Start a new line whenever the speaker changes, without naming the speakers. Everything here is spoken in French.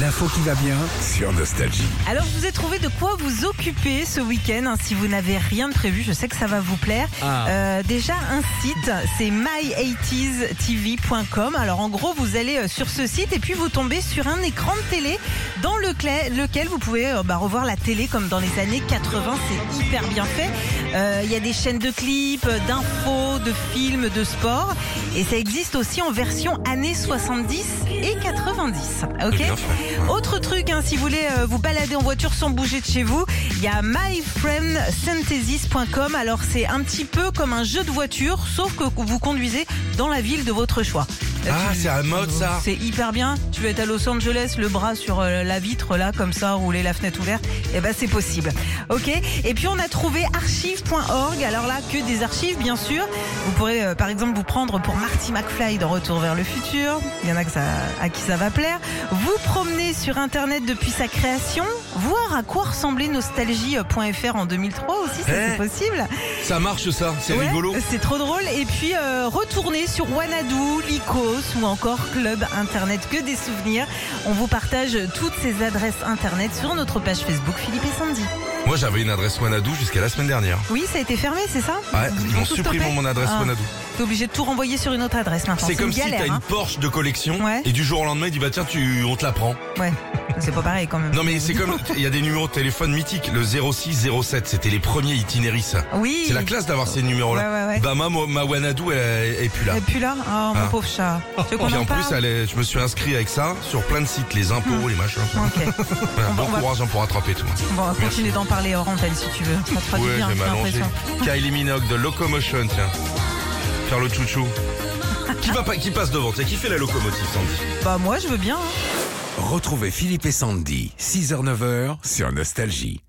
L'info qui va bien sur Nostalgie.
Alors, je vous ai trouvé de quoi vous occuper ce week-end hein, si vous n'avez rien de prévu. Je sais que ça va vous plaire.
Ah.
Euh, déjà, un site, c'est my80stv.com. Alors, en gros, vous allez euh, sur ce site et puis vous tombez sur un écran de télé dans lequel, lequel vous pouvez euh, bah, revoir la télé comme dans les années 80. C'est hyper bien fait. Euh, Il y a des chaînes de clips, euh, d'infos, de films, de sport. Et ça existe aussi en version années 70 et 90. Ok
C'est bien fait. Ouais.
autre truc, hein, si vous voulez euh, vous balader en voiture sans bouger de chez vous, il y a myfriendsynthesis.com. Alors c'est un petit peu comme un jeu de voiture, sauf que vous conduisez dans la ville de votre choix. Euh,
Ah,
tu-
c'est un mode ça
C'est hyper bien. Tu veux être à Los Angeles, le bras sur euh, la vitre là, comme ça, rouler la fenêtre ouverte. Eh ben, c'est possible. Ok. Et puis on a trouvé archive.org. Alors là, que des archives, bien sûr. Vous pourrez, euh, par exemple, vous prendre pour Marty McFly dans Retour vers le futur. Il y en a que ça, à qui ça va plaire. Vous promener sur Internet depuis sa création, voir à quoi ressemblait nostalgie.fr en 2003 aussi, ça c'est
Eh.
possible.
Ça marche ça, c'est
Ouais,
rigolo.
C'est trop drôle. Et puis euh, retourner sur Wanadoo, Lycos ou encore Club Internet. Que des souvenirs. On vous partage toutes ces adresses Internet sur notre page Facebook Philippe et Sandy.
Moi j'avais une adresse Wanadoo jusqu'à la semaine dernière.
Oui, ça a été fermé, c'est ça
Ouais, ils m'ont
tout
supprimé
stoppé
mon adresse
Ah,
Wanadoo.
T'es obligé de tout renvoyer sur une autre adresse maintenant.
C'est comme
une
si
galère.
t'as une
hein.
Porsche de collection
Ouais.
et du jour au lendemain il dit bah tiens tu on te la prend.
hein. Ouais, c'est pas pareil quand même.
Non mais c'est comme il y a des numéros de téléphone mythiques, le 06 07, c'était les premiers itinéris ça.
Ah Oui.
C'est la classe d'avoir ces numéros là.
Ouais, ouais, ouais.
Bah ma, ma Wanadoo elle, est plus là.
Et puis là, oh mon
Ah.
pauvre chat. Tu veux qu'on
Puis en
parle
plus elle est- je me suis inscrit avec ça sur plein de sites, les impôts, les machins.
Ok.
Voilà,
On
bon
va- Ah, on va-
courage hein, pour attraper tout.
Bon, on va continuer d'en parler hors antenne si tu veux. Ça te fera du
Ouais,
bien,
je vais
j'ai
m'allonger.
l'impression.
Kylie Minogue de Locomotion, tiens. Faire le chouchou. qui, va pas, qui passe devant tiens, Qui fait la locomotive, Sandy
Bah, moi, je veux bien. hein.
Retrouvez Philippe et Sandy, 6h-9h sur Nostalgie.